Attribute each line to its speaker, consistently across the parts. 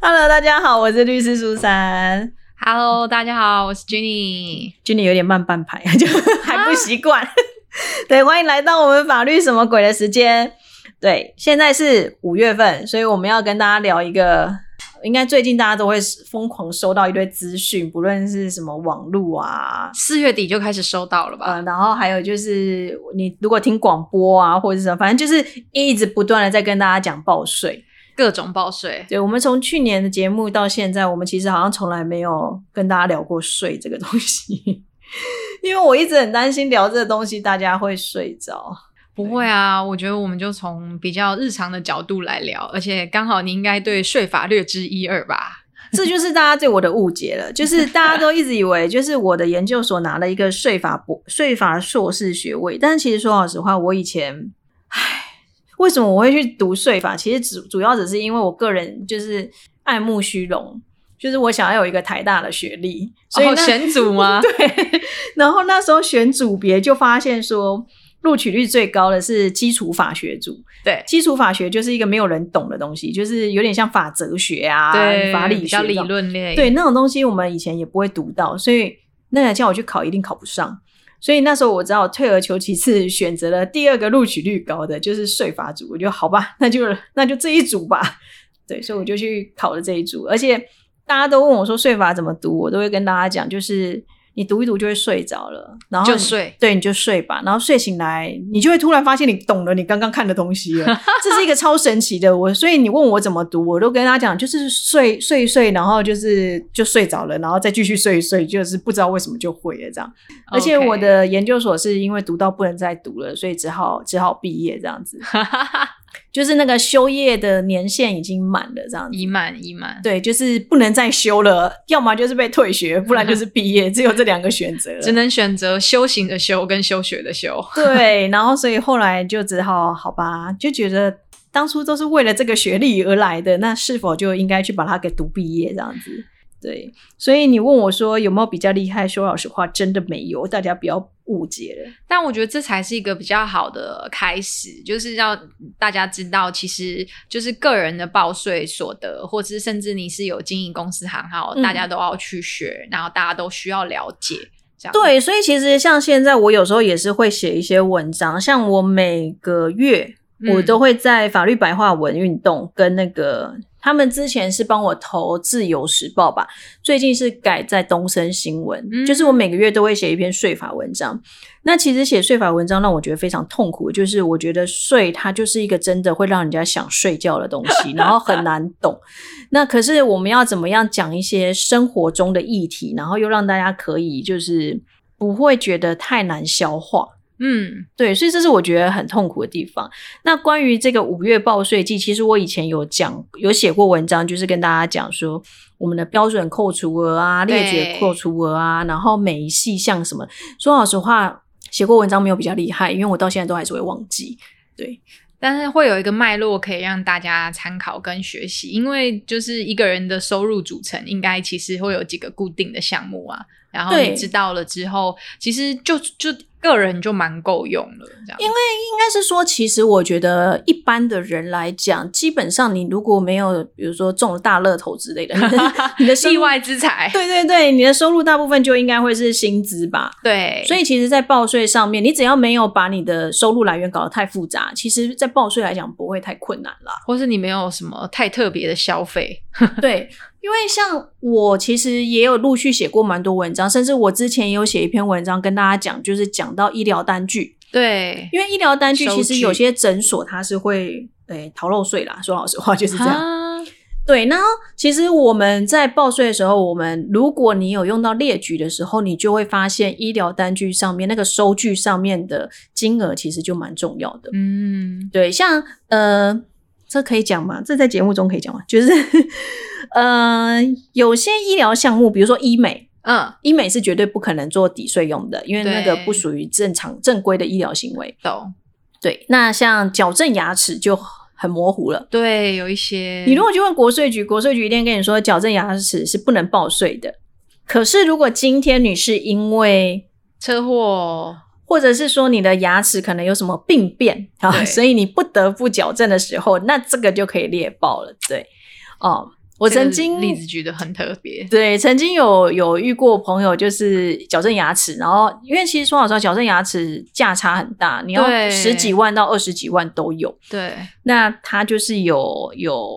Speaker 1: Hello，大家好，我是律师苏珊。
Speaker 2: Hello，大家好，我是 Jenny。
Speaker 1: Jenny 有点慢半拍， 就还不习惯。对，欢迎来到我们法律什么鬼的时间。对，现在是五月份，所以我们要跟大家聊一个，应该最近大家都会疯狂收到一堆资讯，不论是什么网络啊，
Speaker 2: 四月底就开始收到了吧？
Speaker 1: 呃，然后还有就是你如果听广播啊，或者是什么，反正就是一直不断的在跟大家讲报税。
Speaker 2: 各种报税，
Speaker 1: 对，我们从去年的节目到现在，我们其实好像从来没有跟大家聊过税这个东西， 因为我一直很担心聊这个东西大家会睡着。
Speaker 2: 不会啊，我觉得我们就从比较日常的角度来聊，而且刚好你应该对税法略知一二吧？
Speaker 1: 这就是大家对我的误解了，就是大家都一直以为，就是我的研究所拿了一个税法博税法硕士学位，但是其实说老实话，我以前，唉，为什么我会去读税法？其实主主要只是因为我个人就是爱慕虚荣，就是我想要有一个台大的学历，所以
Speaker 2: 哦
Speaker 1: 那？
Speaker 2: 选组吗
Speaker 1: 对，然后那时候选组别就发现说。录取率最高的是基础法学组，
Speaker 2: 对
Speaker 1: 基础法学就是一个没有人懂的东西，就是有点像法哲学啊、
Speaker 2: 对，
Speaker 1: 法理
Speaker 2: 比
Speaker 1: 学
Speaker 2: 较
Speaker 1: 这
Speaker 2: 理
Speaker 1: 种
Speaker 2: 论类。
Speaker 1: 对，那种东西我们以前也不会读到，所以那个叫我去考一定考不上。所以那时候我只好退而求其次，选择了第二个录取率高的，就是税法组。我觉得好吧，那就那就这一组吧。对，所以我就去考了这一组。而且大家都问我说税法怎么读，我都会跟大家讲，就是你读一读就会睡着了，然后
Speaker 2: 就
Speaker 1: 你
Speaker 2: 睡
Speaker 1: 对，你就睡吧。然后睡醒来，你就会突然发现你懂了你刚刚看的东西 了，这是一个超神奇的。我所以你问我怎么读，我都跟他讲，就是睡睡一睡，然后就是就睡着了，然后再继续睡一睡，就是不知道为什么就会了这样。而且我
Speaker 2: OK，
Speaker 1: 的研究所是因为读到不能再读了，所以只好只好毕业这样子，就是那个修业的年限已经满了这样子
Speaker 2: 已。满已满。
Speaker 1: 对，就是不能再修了，要么就是被退学，不然就是毕业，只有这两个选择了。
Speaker 2: 只能选择修行的修跟休学的修，
Speaker 1: 对，然后所以后来就只好好吧，就觉得当初都是为了这个学历而来的，那是否就应该去把它给读毕业这样子？对，所以你问我说有没有比较厉害？说老实话，真的没有，大家不要误解了。
Speaker 2: 但我觉得这才是一个比较好的开始，就是让大家知道，其实就是个人的报税所得，或者是甚至你是有经营公司行号，
Speaker 1: 嗯
Speaker 2: 大家都要去学，然后大家都需要了解。这样，
Speaker 1: 对，所以其实像现在，我有时候也是会写一些文章，像我每个月
Speaker 2: 嗯
Speaker 1: 我都会在法律白话文运动跟那个他们之前是帮我投《自由时报》吧，最近是改在东森新闻，
Speaker 2: 嗯
Speaker 1: 就是我每个月都会写一篇税法文章。那其实写税法文章让我觉得非常痛苦，就是我觉得税它就是一个真的会让人家想睡觉的东西，然后很难懂。那可是我们要怎么样讲一些生活中的议题，然后又让大家可以就是不会觉得太难消化。
Speaker 2: 嗯，
Speaker 1: 对，所以这是我觉得很痛苦的地方。那关于这个五月报税季，其实我以前有讲，有写过文章，就是跟大家讲说我们的标准扣除额啊、
Speaker 2: 对
Speaker 1: 列举扣除额啊，然后每一细项什么。说老实话，写过文章没有比较厉害，因为我到现在都还是会忘记。对，
Speaker 2: 但是会有一个脉络可以让大家参考跟学习，因为就是一个人的收入组成，应该其实会有几个固定的项目啊。然后
Speaker 1: 对
Speaker 2: 你知道了之后，其实就就个人就蛮够用了，这样。因为
Speaker 1: 应该是说，其实我觉得一般的人来讲，基本上你如果没有，比如说中了大乐透之类的， 你的收入
Speaker 2: 意外之财，
Speaker 1: 对对对，你的收入大部分就应该会是薪资吧。
Speaker 2: 对，
Speaker 1: 所以其实，在报税上面，你只要没有把你的收入来源搞得太复杂，其实，在报税来讲不会太困难 啦。
Speaker 2: 或是你没有什么太特别的消费，
Speaker 1: 对，因为像我其实也有陆续写过蛮多文章，甚至我之前也有写一篇文章跟大家讲，就是讲到医疗单据，
Speaker 2: 对，
Speaker 1: 因为医疗单据
Speaker 2: 收
Speaker 1: 其
Speaker 2: 据
Speaker 1: 实有些诊所它是会诶逃漏税啦，说老实话就是这样。
Speaker 2: 啊，
Speaker 1: 对，那其实我们在报税的时候，我们如果你有用到列举的时候，你就会发现医疗单据上面那个收据上面的金额其实就蛮重要的。
Speaker 2: 嗯，
Speaker 1: 对，像呃，这可以讲吗？这在节目中可以讲吗？就是 呃，有些医疗项目，比如说医美，
Speaker 2: 嗯，
Speaker 1: 医美是绝对不可能做抵税用的，因为那个
Speaker 2: 对
Speaker 1: 不属于正常正规的医疗行为。
Speaker 2: 懂，
Speaker 1: 对，那像矫正牙齿就很模糊了。
Speaker 2: 对，有一些，
Speaker 1: 你如果去问国税局，国税局一定跟你说矫正牙齿是不能报税的。可是如果今天你是因为
Speaker 2: 车祸，
Speaker 1: 或者是说你的牙齿可能有什么病变啊，
Speaker 2: 对
Speaker 1: 所以你不得不矫正的时候，那这个就可以列报了，对，哦。我
Speaker 2: 这个
Speaker 1: 曾经
Speaker 2: 例子举得很特别，
Speaker 1: 对，曾经有有遇过朋友，就是矫正牙齿，然后因为其实说老实话，矫正牙齿价差很大，你要
Speaker 2: 对
Speaker 1: 十几万到二十几万都有。
Speaker 2: 对，
Speaker 1: 那他就是有有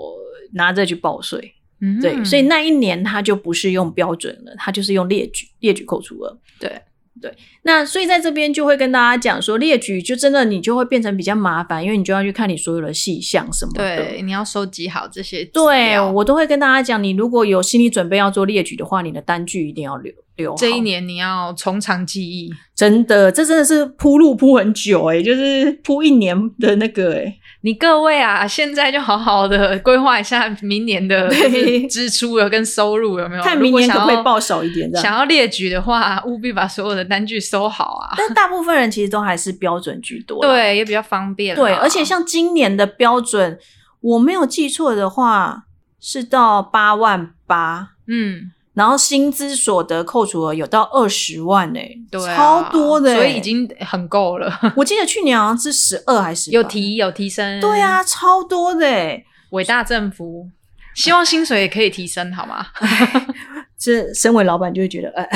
Speaker 1: 拿着去报税，
Speaker 2: 嗯
Speaker 1: 对，所以那一年他就不是用标准了，他就是用列举列举扣除额。
Speaker 2: 对
Speaker 1: 对，那所以在这边就会跟大家讲说，列举就真的你就会变成比较麻烦，因为你就要去看你所有的细项什么的。
Speaker 2: 对，你要收集好这些资
Speaker 1: 对
Speaker 2: 料
Speaker 1: 我都会跟大家讲，你如果有心理准备要做列举的话，你的单据一定要留留好。
Speaker 2: 这一年你要从长计议，
Speaker 1: 真的，这真的是铺路铺很久哎、就是铺一年的那个哎、
Speaker 2: 你各位啊，现在就好好的规划一下明年的
Speaker 1: 对
Speaker 2: 就是支出了跟收入有没有？
Speaker 1: 看明年
Speaker 2: 如果想要
Speaker 1: 可不可以报少一点这样
Speaker 2: 想要列举的话，务必把所有的单据收好啊。
Speaker 1: 但大部分人其实都还是标准居 多啦。
Speaker 2: 对，也比较方便啦。
Speaker 1: 对，而且像今年的标准，我没有记错的话是到八万八，
Speaker 2: 嗯，
Speaker 1: 然后薪资所得扣除额有到二十万哎、
Speaker 2: 对啊、
Speaker 1: 超多的欸、
Speaker 2: 所以已经很够了，
Speaker 1: 我记得去年好像是十二还是
Speaker 2: 有。提有提升。
Speaker 1: 对，啊，超多的哎、
Speaker 2: 伟大政府，希望薪水也可以提升，好吗？
Speaker 1: 这身为老板就会觉得，呃，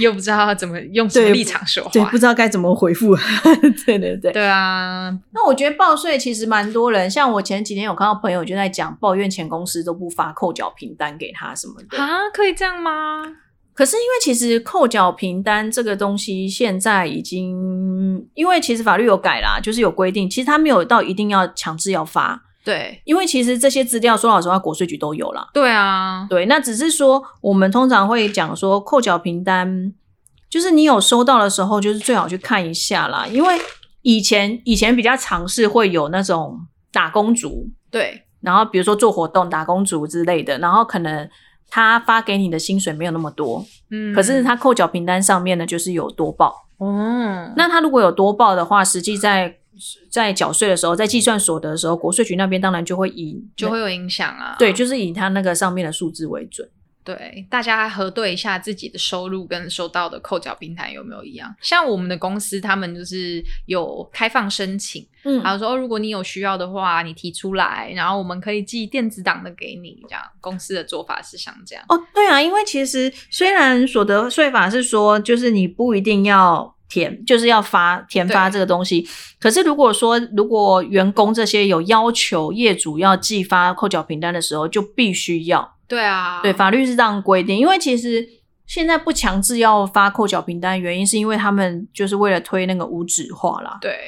Speaker 2: 又不知道怎么用什么立场说
Speaker 1: 对，
Speaker 2: 话
Speaker 1: 不。知道该怎么回复。 对对对。
Speaker 2: 啊对啊，
Speaker 1: 那我觉得报税其实蛮多人，像我前几天有看到朋友就在讲，抱怨前公司都不发扣缴凭单给他什么的。
Speaker 2: 啊，可以这样吗？
Speaker 1: 可是因为其实扣缴凭单这个东西现在已经，因为其实法律有改啦，就是有规定，其实它没有到一定要强制要发，
Speaker 2: 对，
Speaker 1: 因为其实这些资料说老实话，国税局都有啦。
Speaker 2: 对啊，
Speaker 1: 对，那只是说我们通常会讲说扣缴凭单，就是你有收到的时候，就是最好去看一下啦，因为以前以前比较尝试会有那种打工族，
Speaker 2: 对，
Speaker 1: 然后比如说做活动打工族之类的，然后可能他发给你的薪水没有那么多，
Speaker 2: 嗯。
Speaker 1: 可是他扣缴凭单上面呢，就是有多报。
Speaker 2: 哦，
Speaker 1: 那他如果有多报的话，实际在呃在缴税的时候，在计算所得的时候，国税局那边当然就会以
Speaker 2: 就会有影响啊。
Speaker 1: 对，就是以他那个上面的数字为准。
Speaker 2: 对，大家核对一下自己的收入跟收到的扣缴平台有没有一样。像我们的公司，他们就是有开放申请，
Speaker 1: 嗯
Speaker 2: 然后说、哦、如果你有需要的话，你提出来，然后我们可以寄电子档的给你。这样，公司的做法是像这样。
Speaker 1: 哦，对啊，因为其实虽然所得税法是说，就是你不一定要填，就是要发填发
Speaker 2: 对
Speaker 1: 这个东西。可是如果说如果员工这些有要求业主要寄发扣缴凭单的时候，就必须要
Speaker 2: 对啊，
Speaker 1: 对法律是这样规定。因为其实现在不强制要发扣缴凭单，原因是因为他们就是为了推那个无纸化啦。
Speaker 2: 对啊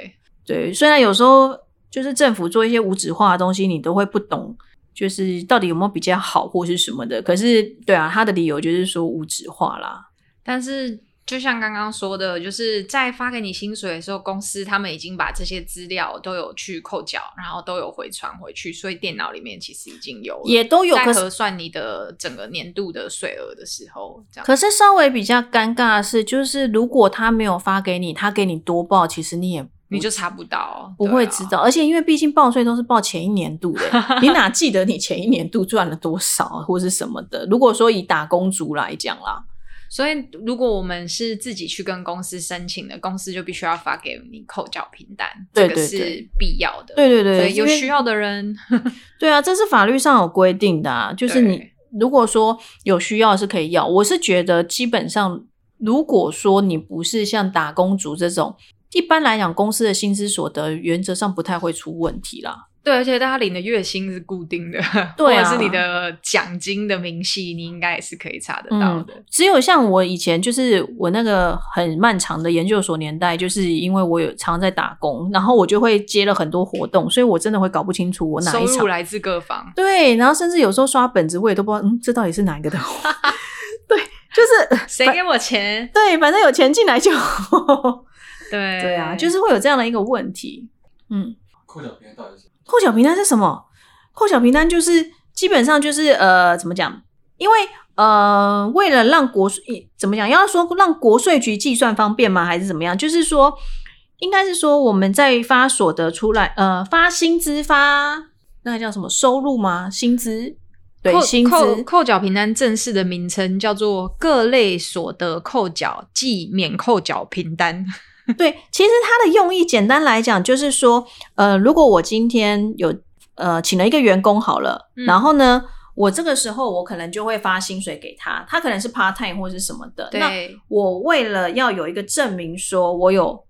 Speaker 1: 对，虽然有时候就是政府做一些无纸化的东西，你都会不懂，就是到底有没有比较好或是什么的。可是，对啊，他的理由就是说无纸化啦。
Speaker 2: 但是就像刚刚说的，就是在发给你薪水的时候，公司他们已经把这些资料都有去扣缴，然后都有回传回去，所以电脑里面其实已经有了
Speaker 1: 也都有，
Speaker 2: 在
Speaker 1: 可
Speaker 2: 核
Speaker 1: 是
Speaker 2: 算你的整个年度的税额的时候，这样
Speaker 1: 可是稍微比较尴尬的是，就是如果他没有发给你，他给你多报，其实你也
Speaker 2: 你就查不到，
Speaker 1: 不
Speaker 2: 对啊
Speaker 1: 会知。道。而且因为毕竟报税都是报前一年度的，你 哪记得你前一年度赚了多少啊或是什么的？如果说以打工族来讲啦，
Speaker 2: 所以，如果我们是自己去跟公司申请的，公司就必须要发给你扣缴凭单，
Speaker 1: 对
Speaker 2: 这个
Speaker 1: 对
Speaker 2: 是
Speaker 1: 对
Speaker 2: 必要的。
Speaker 1: 对对对
Speaker 2: 所以有
Speaker 1: 因为
Speaker 2: 需要的人，
Speaker 1: 对啊，这是法律上有规定的、啊，就是你
Speaker 2: 对
Speaker 1: 如果说有需要是可以要。我是觉得基本上，如果说你不是像打工族这种，一般来讲公司的薪资所得原则上不太会出问题啦。
Speaker 2: 对，而且大家领的月薪是固定的，
Speaker 1: 对啊
Speaker 2: 或者是你的奖金的明细，你应该也是可以查得
Speaker 1: 嗯
Speaker 2: 到的。
Speaker 1: 只有像我以前就是我那个很漫长的研究所年代，就是因为我有常在打工，然后我就会接了很多活动，所以我真的会搞不清楚我哪
Speaker 2: 收
Speaker 1: 一场
Speaker 2: 入来自各 方，
Speaker 1: 对，然后甚至有时候刷本子，我也都不知道，嗯，这到底是哪一个的活？ 对，就是
Speaker 2: 谁给我钱？
Speaker 1: 对，反正有钱进来就好。
Speaker 2: 对
Speaker 1: 对啊，就是会有这样的一个问题。嗯，
Speaker 3: 扣缴平台到底是什么？
Speaker 1: 扣缴凭单是什么？扣缴凭单就是基本上就是呃，怎么讲？因为呃，为了让国税怎么讲，要说让国税局计算方便吗？还是怎么样？就是说，应该是说我们在发所得出来，呃，发薪资发那个叫什么收入吗？薪资对
Speaker 2: 扣
Speaker 1: 薪资
Speaker 2: 扣扣缴凭单正式的名称叫做各类所得扣缴暨免扣缴凭单。
Speaker 1: 对，其实它的用意简单来讲就是说，呃，如果我今天有呃请了一个员工好了，
Speaker 2: 嗯
Speaker 1: 然后呢，我这个时候我可能就会发薪水给他，他可能是 part time 或是什么的。那
Speaker 2: 对，
Speaker 1: 我为了要有一个证明，说我有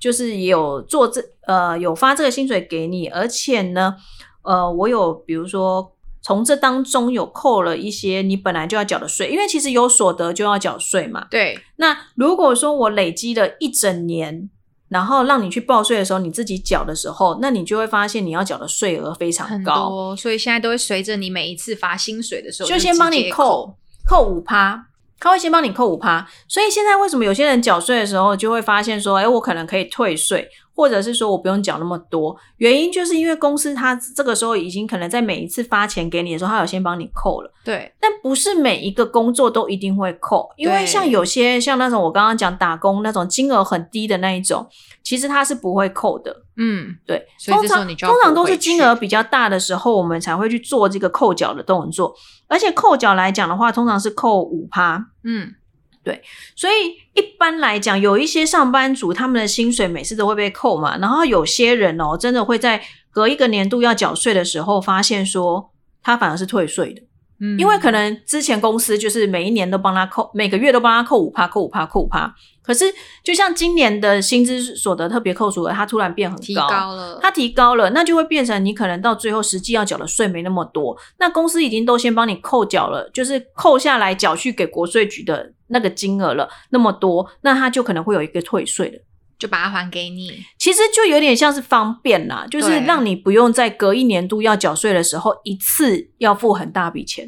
Speaker 1: 就是也有做这呃有发这个薪水给你，而且呢，呃，我有比如说从这当中有扣了一些你本来就要缴的税，因为其实有所得就要缴税嘛。
Speaker 2: 对，
Speaker 1: 那如果说我累积了一整年，然后让你去报税的时候，你自己缴的时候，那你就会发现你要缴的税额非常
Speaker 2: 很
Speaker 1: 高，
Speaker 2: 多，所以现在都会随着你每一次发薪水的时候，
Speaker 1: 就先帮你扣，扣五趴，他会先帮你扣五趴。所以现在为什么有些人缴税的时候就会发现说，哎，我可能可以退税，或者是说我不用缴那么多，原因就是因为公司它这个时候已经可能在每一次发钱给你的时候，它有先帮你扣了。
Speaker 2: 对
Speaker 1: 但不是每一个工作都一定会扣，因为
Speaker 2: 对
Speaker 1: 像有些像那种我刚刚讲打工那种金额很低的那一种，其实它是不会扣的。
Speaker 2: 嗯，
Speaker 1: 对，
Speaker 2: 所以
Speaker 1: 通
Speaker 2: 这时候
Speaker 1: 常
Speaker 2: 你就要
Speaker 1: 通常都
Speaker 2: 补回
Speaker 1: 是
Speaker 2: 去
Speaker 1: 金额比较大的时候，我们才会去做这个扣缴的动作。而且扣缴来讲的话，通常是扣五趴，
Speaker 2: 嗯，
Speaker 1: 所以一般来讲，有一些上班族他们的薪水每次都会被扣嘛，然后有些人哦，真的会在隔一个年度要缴税的时候，发现说他反而是退税的。
Speaker 2: 嗯
Speaker 1: 因为可能之前公司就是每一年都帮他扣，每个月都帮他扣五趴，扣五趴，扣五趴。可是就像今年的薪资所得特别扣除额，它突然变很
Speaker 2: 提
Speaker 1: 高，
Speaker 2: 高了，
Speaker 1: 它提高了，那就会变成你可能到最后实际要缴的税没那么多。那公司已经都先帮你扣缴了，就是扣下来缴去给国税局的那个金额了那么多，那它就可能会有一个退税的。
Speaker 2: 就把它还给你，
Speaker 1: 其实就有点像是方便啦，就是
Speaker 2: 对
Speaker 1: 让你不用在隔一年度要缴税的时候一次要付很大笔钱。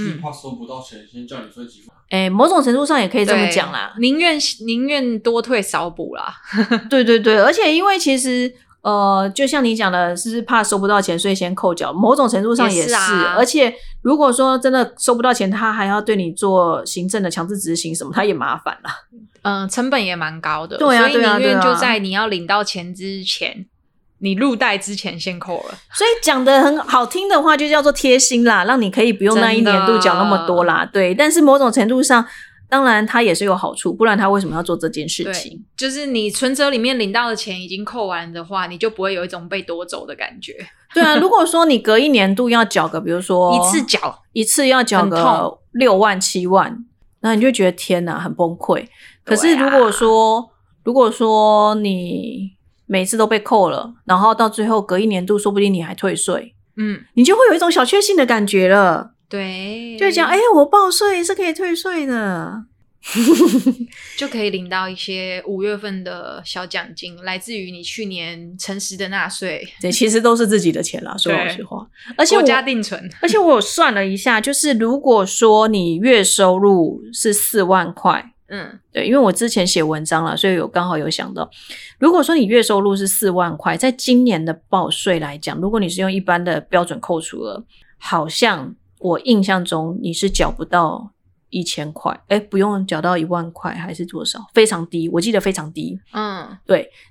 Speaker 2: 嗯
Speaker 3: 你怕收不到钱，先叫你分期付。
Speaker 1: 诶，某种程度上也可以这
Speaker 2: 对
Speaker 1: 么讲啦。
Speaker 2: 宁愿宁愿多退少补啦，
Speaker 1: 对对对，而且因为其实呃，就像你讲的，是怕收不到钱，所以先扣缴。某种程度上
Speaker 2: 也
Speaker 1: 是，
Speaker 2: 是啊
Speaker 1: 而且如果说真的收不到钱，他还要对你做行政的强制执行什么，他也麻烦 啦。
Speaker 2: 嗯，成本也蛮高的，
Speaker 1: 对啊
Speaker 2: 所以
Speaker 1: 对啊
Speaker 2: 宁
Speaker 1: 对
Speaker 2: 愿
Speaker 1: 啊
Speaker 2: 就在你要领到钱之前，你入袋之前先扣了，
Speaker 1: 所以讲的很好听的话，就叫做贴心啦，让你可以不用那一年度缴那么多啦。对，但是某种程度上，当然它也是有好处，不然他为什么要做这件事情？
Speaker 2: 就是你存折里面领到的钱已经扣完的话，你就不会有一种被夺走的感觉，
Speaker 1: 对啊，如果说你隔一年度要缴个，比如说
Speaker 2: 一次缴，
Speaker 1: 一次要缴
Speaker 2: 很
Speaker 1: 个
Speaker 2: 痛
Speaker 1: 六万七万，那你就觉得天哪，很崩溃。可是
Speaker 2: 对啊
Speaker 1: 如果说、如果说你每次都被扣了，然后到最后隔一年度，说不定你还退税，
Speaker 2: 嗯，
Speaker 1: 你就会有一种小确幸的感觉了，
Speaker 2: 对，
Speaker 1: 就会讲哎、我报税是可以退税的。
Speaker 2: 就可以领到一些五月份的小奖金，来自于你去年诚实的纳税，
Speaker 1: 对，其实都是自己的钱啦，说老实话。而且我
Speaker 2: 国家定存，
Speaker 1: 而且我有算了一下，就是如果说你月收入是四万块，
Speaker 2: 嗯，
Speaker 1: 对，因为我之前写文章了，所以有刚好有想到，如果说你月收入是四万块，在今年的报税来讲，如果你是用一般的标准扣除额，好像我印象中你是缴不到一千块，哎，不用缴到一万块还是多少，非常低，我记得非常低。
Speaker 2: 嗯，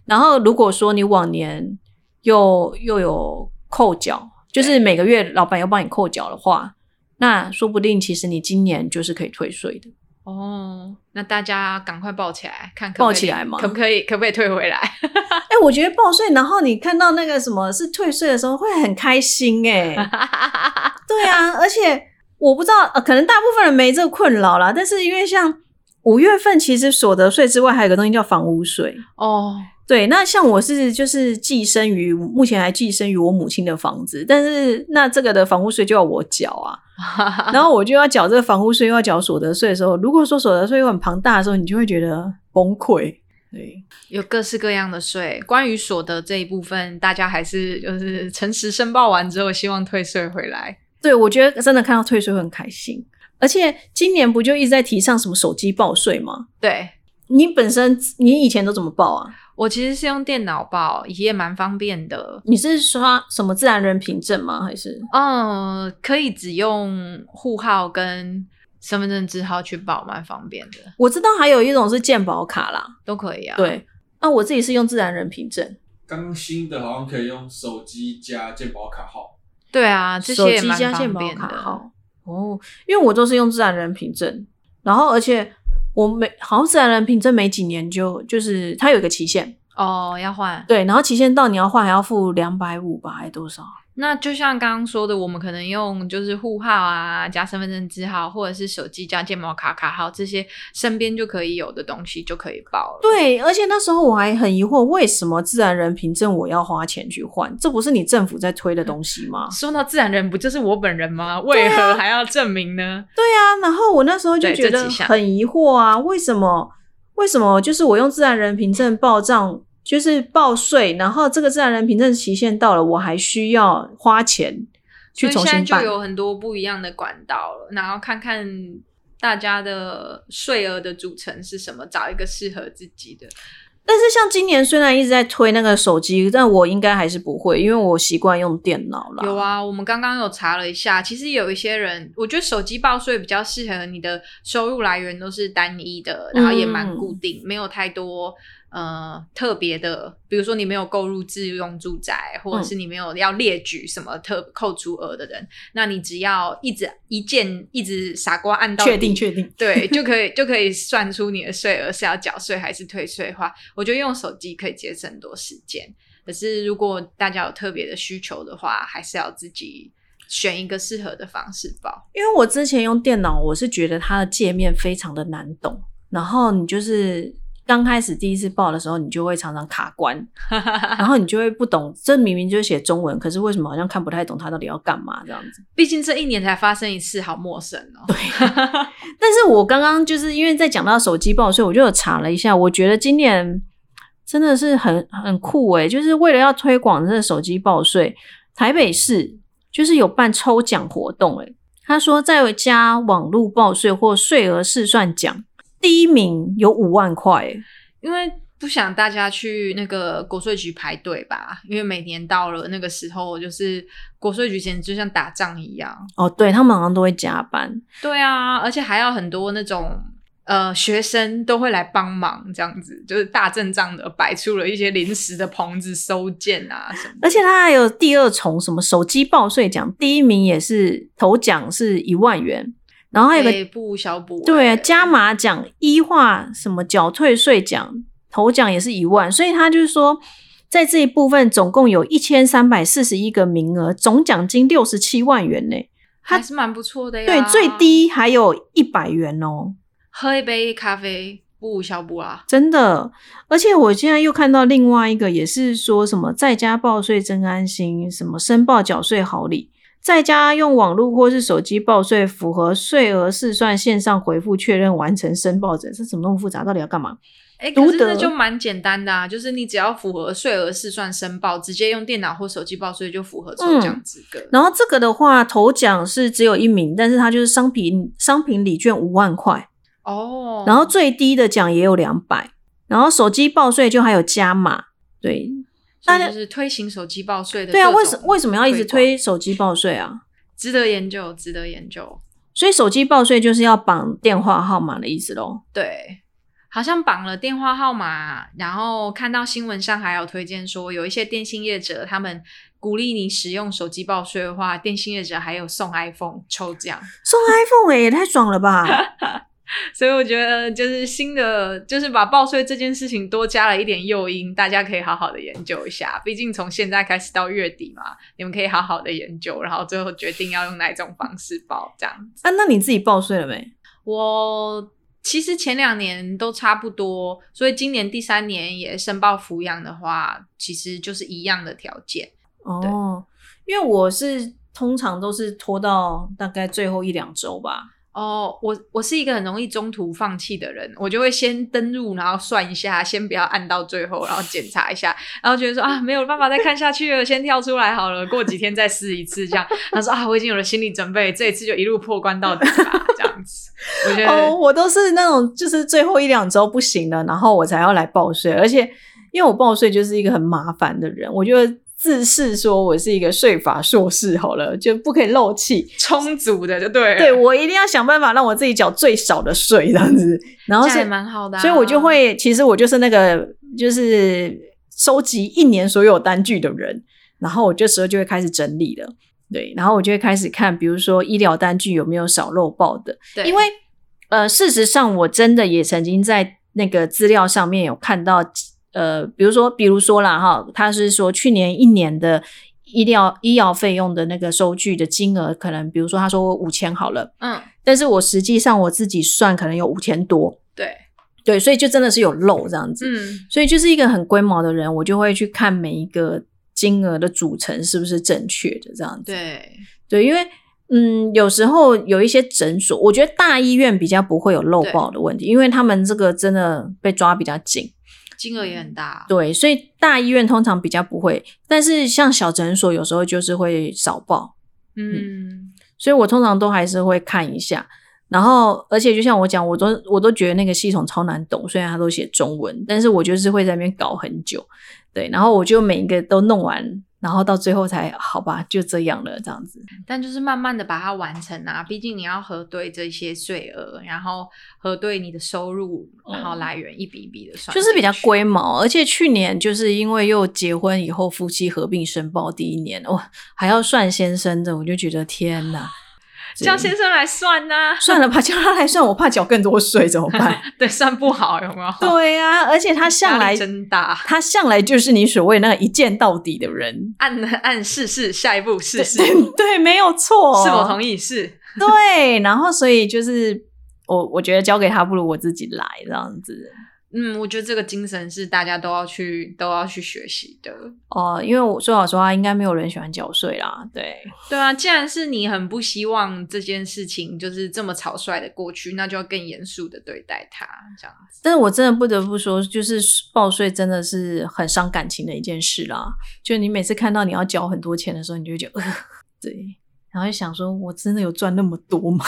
Speaker 1: 然后如果说你往年又又有扣缴，就是每个月老板要帮你扣缴的话，那说不定其实你今年就是可以退税的。
Speaker 2: 哦，那大家赶快抱起来，看可不可
Speaker 1: 抱
Speaker 2: 以
Speaker 1: 起来吗
Speaker 2: 可不可以，可不可以退回来？
Speaker 1: 哎、我觉得报税，然后你看到那个什么是退税的时候，会很开心哎、对啊，而且我不知道、呃，可能大部分人没这个困扰啦。但是因为像五月份，其实所得税之外，还有个东西叫房屋税。
Speaker 2: 哦，
Speaker 1: 对，那像我是就是寄生于目前还寄生于我母亲的房子，但是那这个的房屋税就要我缴啊，然后我就要缴这个房屋税，又要缴所得税的时候，如果说所得税又很庞大的时候，你就会觉得崩溃。对，
Speaker 2: 有各式各样的税。关于所得这一部分，大家还是就是诚实申报完之后，希望退税回来。
Speaker 1: 对，我觉得真的看到退税会很开心。而且今年不就一直在提倡什么手机报税吗？
Speaker 2: 对
Speaker 1: 你本身你以前都怎么报啊？
Speaker 2: 我其实是用电脑报，也蛮方便的。
Speaker 1: 你是刷什么自然人凭证吗？还是
Speaker 2: 嗯，可以只用户号跟身份证字号去报，蛮方便的，
Speaker 1: 我知道还有一种是健保卡啦。
Speaker 2: 都可以啊。，
Speaker 1: 对，那、我自己是用自然人凭证，
Speaker 3: 刚刚新的好像可以用手机加健保卡号，
Speaker 2: 对啊，这
Speaker 1: 手
Speaker 2: 些也
Speaker 1: 机
Speaker 2: 蛮
Speaker 1: 加健
Speaker 2: 方
Speaker 1: 保
Speaker 2: 便
Speaker 1: 卡
Speaker 2: 的。
Speaker 1: 号。哦，因为我都是用自然人凭证，然后而且我每好像自然人凭证没几年就就是它有一个期限，
Speaker 2: 哦，要换
Speaker 1: 对，然后期限到你要换还要付两百五吧，还多少？
Speaker 2: 那就像刚刚说的，我们可能用就是户号啊，加身份证字号，或者是手机加健保卡卡号这些身边就可以有的东西就可以报了。
Speaker 1: 对，而且那时候我还很疑惑，为什么自然人凭证我要花钱去换？这不是你政府在推的东西吗？
Speaker 2: 哦说到自然人，不就是我本人吗？
Speaker 1: 啊
Speaker 2: 为何还要证明呢？
Speaker 1: 对啊，然后我那时候就
Speaker 2: 对
Speaker 1: 觉
Speaker 2: 这
Speaker 1: 得
Speaker 2: 几项
Speaker 1: 很疑惑啊，为什么？为什么就是我用自然人凭证报账，就是报税，然后这个自然人凭证期限到了，我还需要花钱去
Speaker 2: 所以
Speaker 1: 重
Speaker 2: 现在
Speaker 1: 新
Speaker 2: 就
Speaker 1: 办？
Speaker 2: 有很多不一样的管道了，然后看看大家的税额的组成是什么，找一个适合自己的。
Speaker 1: 但是像今年虽然一直在推那个手机，但我应该还是不会，因为我习惯用电脑啦。
Speaker 2: 有，啊，我们刚刚有查了一下，其实有一些人，我觉得手机报税比较适合你的收入来源都是单一的，然后也蛮
Speaker 1: 嗯
Speaker 2: 固定，没有太多呃特别的，比如说你没有购入自用住宅，或
Speaker 1: 嗯
Speaker 2: 者是你没有要列举什么特扣除额的人，那你只要一直一键一直傻瓜按到
Speaker 1: 确定
Speaker 2: 底
Speaker 1: 确定。
Speaker 2: 对，就可以就可以算出你的税额是要缴税还是退税的话，我觉得用手机可以节省很多时间。可是如果大家有特别的需求的话，还是要自己选一个适合的方式报。
Speaker 1: 因为我之前用电脑，我是觉得它的界面非常的难懂，然后你就是刚开始第一次报的时候，你就会常常卡关，然后你就会不懂，这明明就是写中文，可是为什么好像看不太懂它到底要干嘛这样子？
Speaker 2: 毕竟这一年才发生一次，好陌生哦。
Speaker 1: 但是我刚刚就是因为在讲到手机报，所以我就有查了一下，我觉得今年真的是很很酷诶、就是为了要推广这个手机报税，台北市就是有办抽奖活动诶、他说在加网络报税或税额试算奖，第一名有五万块、欸，
Speaker 2: 因为不想大家去那个国税局排队吧，因为每年到了那个时候，就是国税局简直就像打仗一样。
Speaker 1: 哦，对他们好像都会加班，
Speaker 2: 对啊，而且还有很多那种呃学生都会来帮忙，这样子就是大阵仗的摆出了一些临时的棚子收件啊什么的。
Speaker 1: 而且他还有第二重什么手机报税奖，第一名也是头奖是一万元，然后还有个
Speaker 2: 内部小补欸
Speaker 1: 对啊，加码奖、一化什么缴退税奖、头奖也是一万，所以他就是说，在这一部分总共有一千三百四十一个名额，总奖金六十七万元呢、
Speaker 2: 还是蛮不错的呀。
Speaker 1: 对，最低还有一百元哦、
Speaker 2: 喝一杯咖啡不无小补啊。
Speaker 1: 真的。而且我现在又看到另外一个，也是说什么在家报税真安心，什么申报缴税好礼。在家用网络或是手机报税，符合税额试算线上回复确认完成申报者，这怎么那么复杂？到底要干嘛？
Speaker 2: 哎，
Speaker 1: 独
Speaker 2: 可是那
Speaker 1: 得
Speaker 2: 就蛮简单的啊，就是你只要符合税额试算申报，直接用电脑或手机报税就符合
Speaker 1: 嗯
Speaker 2: 抽奖资格。
Speaker 1: 然后这个的话，头奖是只有一名，但是它就是商品商品礼券五万块，
Speaker 2: 哦，
Speaker 1: 然后最低的奖也有两百，然后手机报税就还有加码，对
Speaker 2: 所以就是推行手机报税的
Speaker 1: 对啊，
Speaker 2: 各种
Speaker 1: 为什为什么要一直
Speaker 2: 推
Speaker 1: 推
Speaker 2: 广？
Speaker 1: 手机报税啊？
Speaker 2: 值得研究，值得研究。
Speaker 1: 所以手机报税就是要绑电话号码的意思喽。
Speaker 2: 对，好像绑了电话号码，然后看到新闻上还有推荐说，有一些电信业者他们鼓励你使用手机报税的话，电信业者还有送 iPhone 抽奖，
Speaker 1: 送 iPhone 哎、也太爽了吧！
Speaker 2: 所以我觉得就是新的，就是把报税这件事情多加了一点诱因，大家可以好好的研究一下。毕竟从现在开始到月底嘛，你们可以好好的研究，然后最后决定要用哪一种方式报这样。
Speaker 1: 啊，那你自己报税了没？
Speaker 2: 我其实前两年都差不多，所以今年第三年也申报抚养的话，其实就是一样的条件。
Speaker 1: 哦，因为我是通常都是拖到大概最后一两周吧。
Speaker 2: 哦，我我是一个很容易中途放弃的人，我就会先登入，然后算一下，先不要按到最后，然后检查一下， 然后觉得说啊没有办法再看下去了，先跳出来好了，过几天再试一次这样。 他说啊我已经有了心理准备，这一次就一路破关到底吧，这样子。我觉得、
Speaker 1: 哦，我都是那种就是最后一两周不行了，然后我才要来报税，而且因为我报税就是一个很麻烦的人，我就自视说我是一个税法硕士好了，就不可以漏气。
Speaker 2: 充足的就对了，
Speaker 1: 对我一定要想办法让我自己缴最少的税，这样子，然后
Speaker 2: 这样也
Speaker 1: 是
Speaker 2: 蛮好的啊、
Speaker 1: 所以我就会，其实我就是那个就是收集一年所有单据的人，然后我这时候就会开始整理了，对，然后我就会开始看，比如说医疗单据有没有少漏报的，
Speaker 2: 对
Speaker 1: 因为呃，事实上我真的也曾经在那个资料上面有看到，呃，比如说，比如说啦哈，他是说去年一年的医疗医疗费用的那个收据的金额，可能比如说他说我五千好了，
Speaker 2: 嗯，
Speaker 1: 但是我实际上我自己算可能有五千多，
Speaker 2: 对，
Speaker 1: 对，所以就真的是有漏这样子。
Speaker 2: 嗯
Speaker 1: 所以就是一个很龟毛的人，我就会去看每一个金额的组成是不是正确的这样子。
Speaker 2: 对，
Speaker 1: 对，因为嗯，有时候有一些诊所，我觉得大医院比较不会有漏报的问题，因为他们这个真的被抓比较紧。
Speaker 2: 金额也很
Speaker 1: 嗯
Speaker 2: 大，
Speaker 1: 对，所以大医院通常比较不会，但是像小诊所有时候就是会少报，
Speaker 2: 嗯，
Speaker 1: 所以我通常都还是会看一下。然后，而且就像我讲，我都我都觉得那个系统超难懂，虽然它都写中文，但是我就是会在那边搞很久。对，然后我就每一个都弄完，然后到最后才好吧，就这样了，这样子。
Speaker 2: 但就是慢慢的把它完成啊，毕竟你要核对这些税额，然后核对你的收入，
Speaker 1: 嗯
Speaker 2: 然后来源一笔一笔的算进
Speaker 1: 就
Speaker 2: 去，
Speaker 1: 是比较龟毛，而且去年就是因为又结婚以后夫妻合并申报第一年，哇，还要算先生的，我就觉得天 哪！
Speaker 2: 叫先生来 算呐、
Speaker 1: 算了吧，叫他来算，我怕缴更多税怎么办？
Speaker 2: 对，算不 好有没有？
Speaker 1: 对呀、而且他向
Speaker 2: 压
Speaker 1: 来
Speaker 2: 力真大，
Speaker 1: 他向来就是你所谓那个一见到底的人，
Speaker 2: 按按试试，下一步 试试，
Speaker 1: 对哦对，没有错，
Speaker 2: 是否
Speaker 1: 意？
Speaker 2: 同意？是，
Speaker 1: 对，然后所以就是我我觉得交给他不如我自己来这样子
Speaker 2: 嗯，我觉得这个精神是大家都要去都要去学习的。
Speaker 1: 哦、因为我说老实话，应该没有人喜欢缴税啦，对。
Speaker 2: 对啊，既然是你很不希望这件事情就是这么草率的过去，那就要更严肃的对待它，这样子。
Speaker 1: 但是我真的不得不说，就是报税真的是很伤感情的一件事啦。就你每次看到你要缴很多钱的时候，你就会觉得， 呃、对，然后就想说，我真的有赚那么多吗？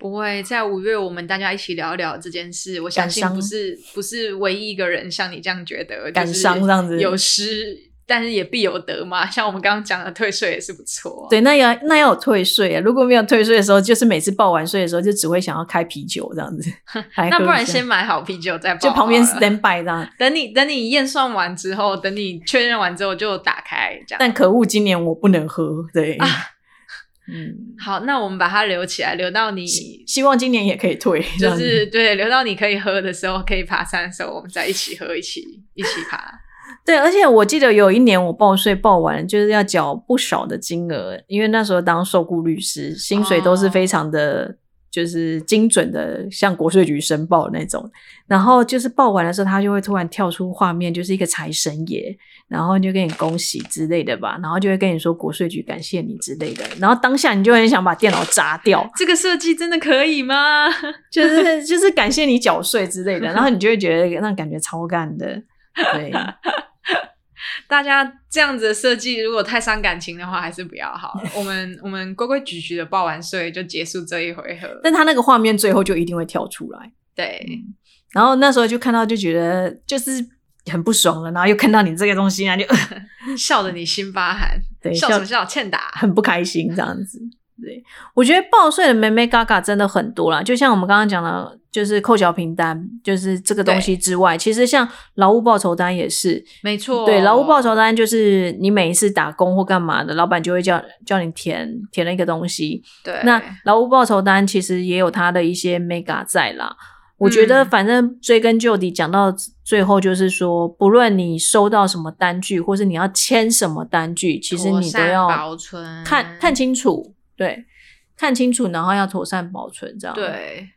Speaker 2: 不会，在五月我们大家一起聊一聊这件事，我相信
Speaker 1: 感伤
Speaker 2: 不是不是唯一一个人像你这样觉得，
Speaker 1: 感伤这样子
Speaker 2: 有失，但是也必有得嘛。像我们刚刚讲的退税也是不错、
Speaker 1: 对，那要那要有退税啊。如果没有退税的时候，就是每次报完税的时候，就只会想要开啤酒这样 子。来
Speaker 2: 那
Speaker 1: 喝
Speaker 2: 不
Speaker 1: 一
Speaker 2: 然
Speaker 1: 下
Speaker 2: 先买好啤酒再报
Speaker 1: 就旁边
Speaker 2: 好了
Speaker 1: stand by 这样。
Speaker 2: 等你等你验算完之后，等你确认完之后就打开这样。
Speaker 1: 但可恶，今年我不能喝。对，
Speaker 2: 啊
Speaker 1: 嗯，
Speaker 2: 好，那我们把它留起来，留到你
Speaker 1: 希望今年也可以退。这
Speaker 2: 就
Speaker 1: 样子
Speaker 2: 是对，留到你可以喝的时候，可以爬山的时候，我们再一起喝，一起一起爬。
Speaker 1: 对，而且我记得有一年我报税报完，就是要缴不少的金额，因为那时候当受雇律师，薪水都是非常的，就是精准的，向国税局申报那种。然后就是报完的时候，他就会突然跳出画面，就是一个财神爷，然后就跟你恭喜之类的吧，然后就会跟你说国税局感谢你之类的，然后当下你就很想把电脑砸掉，
Speaker 2: 这个设计真的可以吗？
Speaker 1: 就是就是感谢你缴税之类的，然后你就会觉得那感觉超干的，对。
Speaker 2: 大家这样子的设计，如果太伤感情的话，还是不要好了。我们 我们规规矩矩的报完税就结束这一回合。
Speaker 1: 但他那个画面最后就一定会跳出来。
Speaker 2: 对，
Speaker 1: 然后那时候就看到，就觉得就是很不爽了，然后又看到你这个东西，然后就
Speaker 2: 笑得你心发寒，
Speaker 1: 嗯对
Speaker 2: 笑什么笑？欠打。
Speaker 1: 很不开心这样子。对，我觉得报税的妹妹嘎嘎真的很多啦，就像我们刚刚讲的，就是扣缴凭单，就是这个东西之外，其实像劳务报酬单也是，
Speaker 2: 没错，
Speaker 1: 对，劳务报酬单就是你每一次打工或干嘛的，老板就会叫叫你填填了一个东西，
Speaker 2: 对，
Speaker 1: 那劳务报酬单其实也有它的一些 mega 在啦。我觉得
Speaker 2: 嗯
Speaker 1: 反正追根究底，讲到最后就是说，不论你收到什么单据，或是你要签什么单据，其实
Speaker 2: 妥
Speaker 1: 你都
Speaker 2: 善
Speaker 1: 要
Speaker 2: 保存
Speaker 1: 看看清楚，对，看清楚，然后要妥善保存，这样。，
Speaker 2: 对，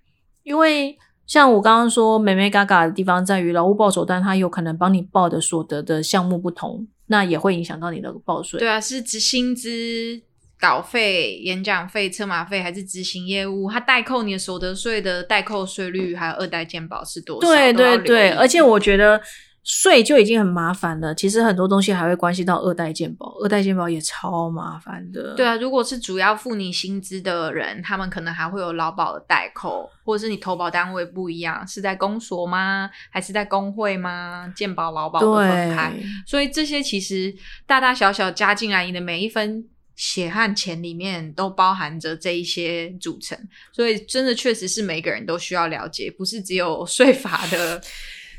Speaker 1: 因为像我刚刚说，美美嘎嘎的地方在于劳务报酬单，它有可能帮你报的所得的项目不同，那也会影响到你的报税。
Speaker 2: 对啊，是执薪资、稿费、演讲费、车马费，还是执行业务？他代扣你的所得税的代扣税率，还有二代健保是多少？
Speaker 1: 对
Speaker 2: 都
Speaker 1: 对
Speaker 2: 要留
Speaker 1: 对，
Speaker 2: 意嗯
Speaker 1: 而且我觉得税就已经很麻烦了，其实很多东西还会关系到二代健保，二代健保也超麻烦的。
Speaker 2: 对啊，如果是主要付你薪资的人，他们可能还会有劳保的代扣，或者是你投保单位不一样，是在公所吗？还是在工会吗？健保、劳保都分开，
Speaker 1: 对，
Speaker 2: 所以这些其实大大小小加进来，你的每一分血汗钱里面都包含着这一些组成，所以真的确实是每个人都需要了解，不是只有税法的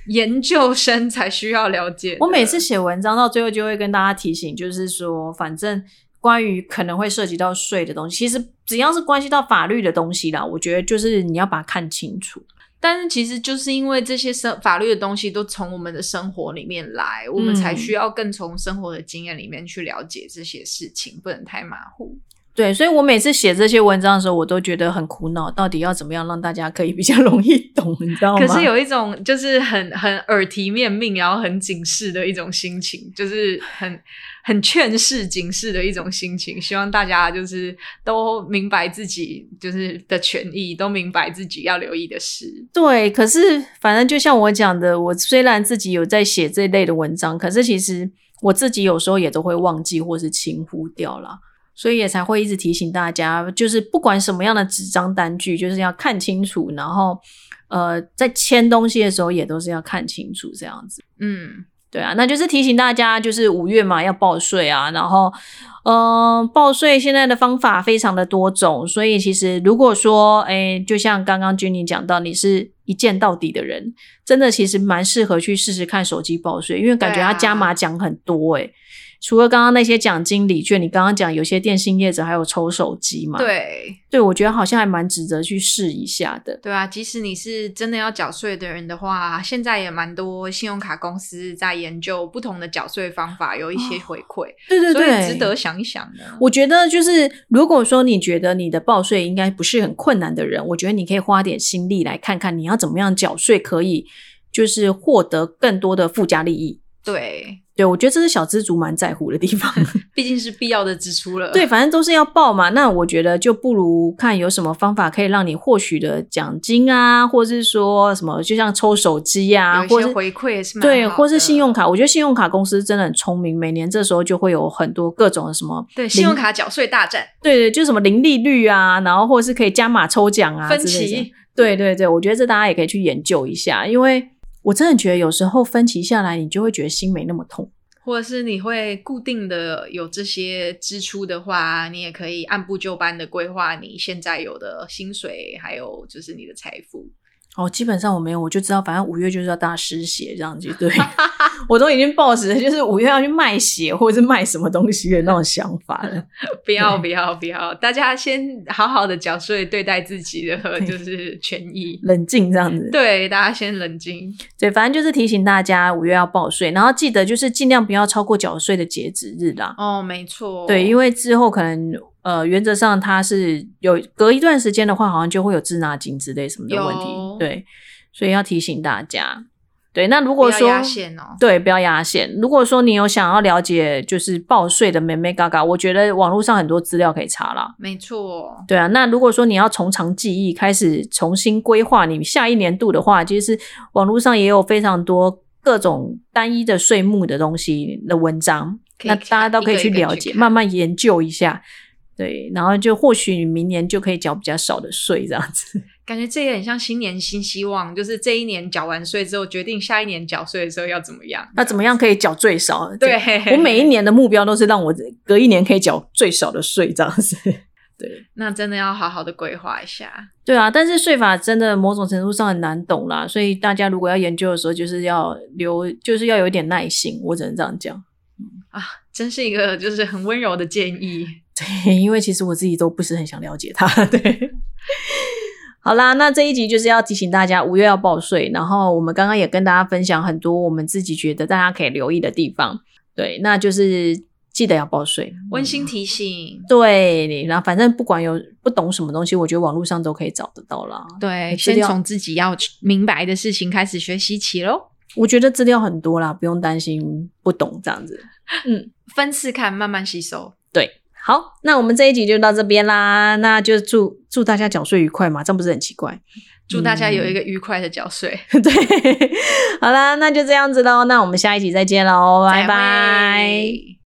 Speaker 2: 研究生才需要了解的。
Speaker 1: 我每次写文章到最后就会跟大家提醒，就是说，反正关于可能会涉及到税的东西，其实只要是关系到法律的东西啦，我觉得就是你要把它看清楚。
Speaker 2: 但是其实就是因为这些生法律的东西都从我们的生活里面来，我
Speaker 1: 嗯
Speaker 2: 们才需要更从生活的经验里面去了解这些事情，不能太马虎。
Speaker 1: 对，所以我每次写这些文章的时候，我都觉得很苦恼，到底要怎么样让大家可以比较 容易懂，你知道吗？
Speaker 2: 可是有一种就是很很耳提面命，然后很警示的一种心情，就是很很劝世、警示的一种心情。希望大家就是都明白自己就是的权益，都明白自己要留意的事。
Speaker 1: 对，可是反正就像我讲的，我虽然自己有在写这类的文章，可是其实我自己有时候也都会忘记或是轻忽掉啦。所以也才会一直提醒大家，就是不管什么样的纸张单据，就是要看清楚，然后呃，在签东西的时候也都是要看清楚这样子。
Speaker 2: 嗯，
Speaker 1: 对啊，那就是提醒大家，就是五月嘛要报税啊，然后嗯、呃，报税现在的方法非常的多种，所以其实如果说，哎，就像刚刚君妮讲到，你是一键到底的人，真的其实蛮适合去试试看手机报税，因为感觉
Speaker 2: 对啊
Speaker 1: 它加码奖很多哎、除了刚刚那些奖金礼券，你刚刚讲有些电信业者还有抽手机
Speaker 2: 嗯
Speaker 1: 嘛？，
Speaker 2: 对。
Speaker 1: 对我觉得好像还蛮值得去试一下的。
Speaker 2: 对啊，即使你是真的要缴税的人的话，现在也蛮多信用卡公司在研究不同的缴税方法，有一些回馈，
Speaker 1: 对对
Speaker 2: 所
Speaker 1: 对，
Speaker 2: 以值得想一想呢。
Speaker 1: 我觉得就是，如果说你觉得你的报税应该不是很困难的人，我觉得你可以花点心力来看看你要怎么样缴税，可以就是获得更多的附加利益。
Speaker 2: 对，
Speaker 1: 对，我觉得这是小资族蛮在乎的地 方。
Speaker 2: 毕竟是必要的支出了。
Speaker 1: 对，反正都是要报嘛。那我觉得就不如看有什么方法可以让你获取的奖金啊，或是说什么，就像抽手机啊，
Speaker 2: 有
Speaker 1: 或
Speaker 2: 一
Speaker 1: 是
Speaker 2: 些回馈也是蛮
Speaker 1: 对，
Speaker 2: 好
Speaker 1: 或是
Speaker 2: 的
Speaker 1: 信用卡。我觉得信用卡公司真的很聪明，每年这时候就会有很多各种什么
Speaker 2: 对信用
Speaker 1: 零
Speaker 2: 卡缴税大战
Speaker 1: 对对，就什么零利率啊，然后或者是可以加码抽奖啊，
Speaker 2: 分
Speaker 1: 之类的
Speaker 2: 歧。
Speaker 1: 对对对，我觉得这大家也可以去研究一下，因为我真的觉得有时候分歧下来，你就会觉得心没那么痛。
Speaker 2: 或者是你会固定的有这些支出的话，你也可以按部就班的规划你现在有的薪水，还有就是你的财富。
Speaker 1: 哦，基本上我没有，我就知道，反正五月就是要大失血这样子。 对，我都已经抱着就是五月要去卖血或者是卖什么东西的那种想法了。
Speaker 2: 不要
Speaker 1: 对
Speaker 2: 不要不要，大家先好好的缴税，对待自己的
Speaker 1: 对
Speaker 2: 就是权益。
Speaker 1: 冷静这样子，
Speaker 2: 对，大家先冷静。
Speaker 1: 对，反正就是提醒大家五月要报税，然后记得就是尽量不要超过缴税的截止日啦。
Speaker 2: 哦，没错，
Speaker 1: 对，因
Speaker 2: 为
Speaker 1: 为之后可能呃，原则上它是有隔一段时间的话，好像就会有滞纳金之类什么的问题
Speaker 2: 有。
Speaker 1: 对，所以要提醒大家。对，那如
Speaker 2: 不
Speaker 1: 果
Speaker 2: 要
Speaker 1: 说
Speaker 2: 压线哦。
Speaker 1: 对，不要压线。如果说你有想要了解就是报税的妹妹嘎嘎，我觉得网络上很多资料可以查啦。
Speaker 2: 没错，
Speaker 1: 对啊，那如果说你要从长计议，开始重新规划你下一年度的话，其实网络上也有非常多各种单一的税目的东西的文章，
Speaker 2: 可以
Speaker 1: 那
Speaker 2: 看
Speaker 1: 大家都可以去了
Speaker 2: 一个一个去
Speaker 1: 解，
Speaker 2: 看
Speaker 1: 慢慢研究一下。对，然后就或许你明年就可以缴比较少的税，这样子。
Speaker 2: 感觉这也很像新年新希望，就是这一年缴完税之后，决定下一年缴税的时候要怎么样。
Speaker 1: 那怎么样可以缴最少？
Speaker 2: 对，
Speaker 1: 我每一年的目标都是让我隔一年可以缴最少的税，这样子。 对。
Speaker 2: 那真的要好好的规划一下。
Speaker 1: 对啊，但是税法真的某种程度上很难懂啦，所以大家如果要研究的时候，就是要留，就是要有一点耐心，我只能这样讲。
Speaker 2: 真是一个就是很温柔的建议。
Speaker 1: 对，因为其实我自己都不是很想了解它。 对，好啦，那这一集就是要提醒大家五月要报税，然后我们刚刚也跟大家分享很多我们自己觉得大家可以留意的地方。对，那就是记得要报税，
Speaker 2: 温馨提醒，
Speaker 1: 对，然后反正不管有不懂什么东西，我觉得网络上都可以找得到啦。
Speaker 2: 哎对，哦
Speaker 1: 资
Speaker 2: 先
Speaker 1: 料
Speaker 2: 从自己要明白的事情开始学习起喽，
Speaker 1: 我觉得资料很多啦，不用担心不懂这样子。
Speaker 2: 分次看，慢慢吸收。
Speaker 1: 对，好，那我们这一集就到这边啦。那就祝祝大家缴税愉快嘛，这样不是很奇怪？
Speaker 2: 祝大家有一个愉快的缴税，
Speaker 1: 对，好啦，那就这样子喽。那我们下一集再见喽，拜
Speaker 2: 再
Speaker 1: 拜。
Speaker 2: 会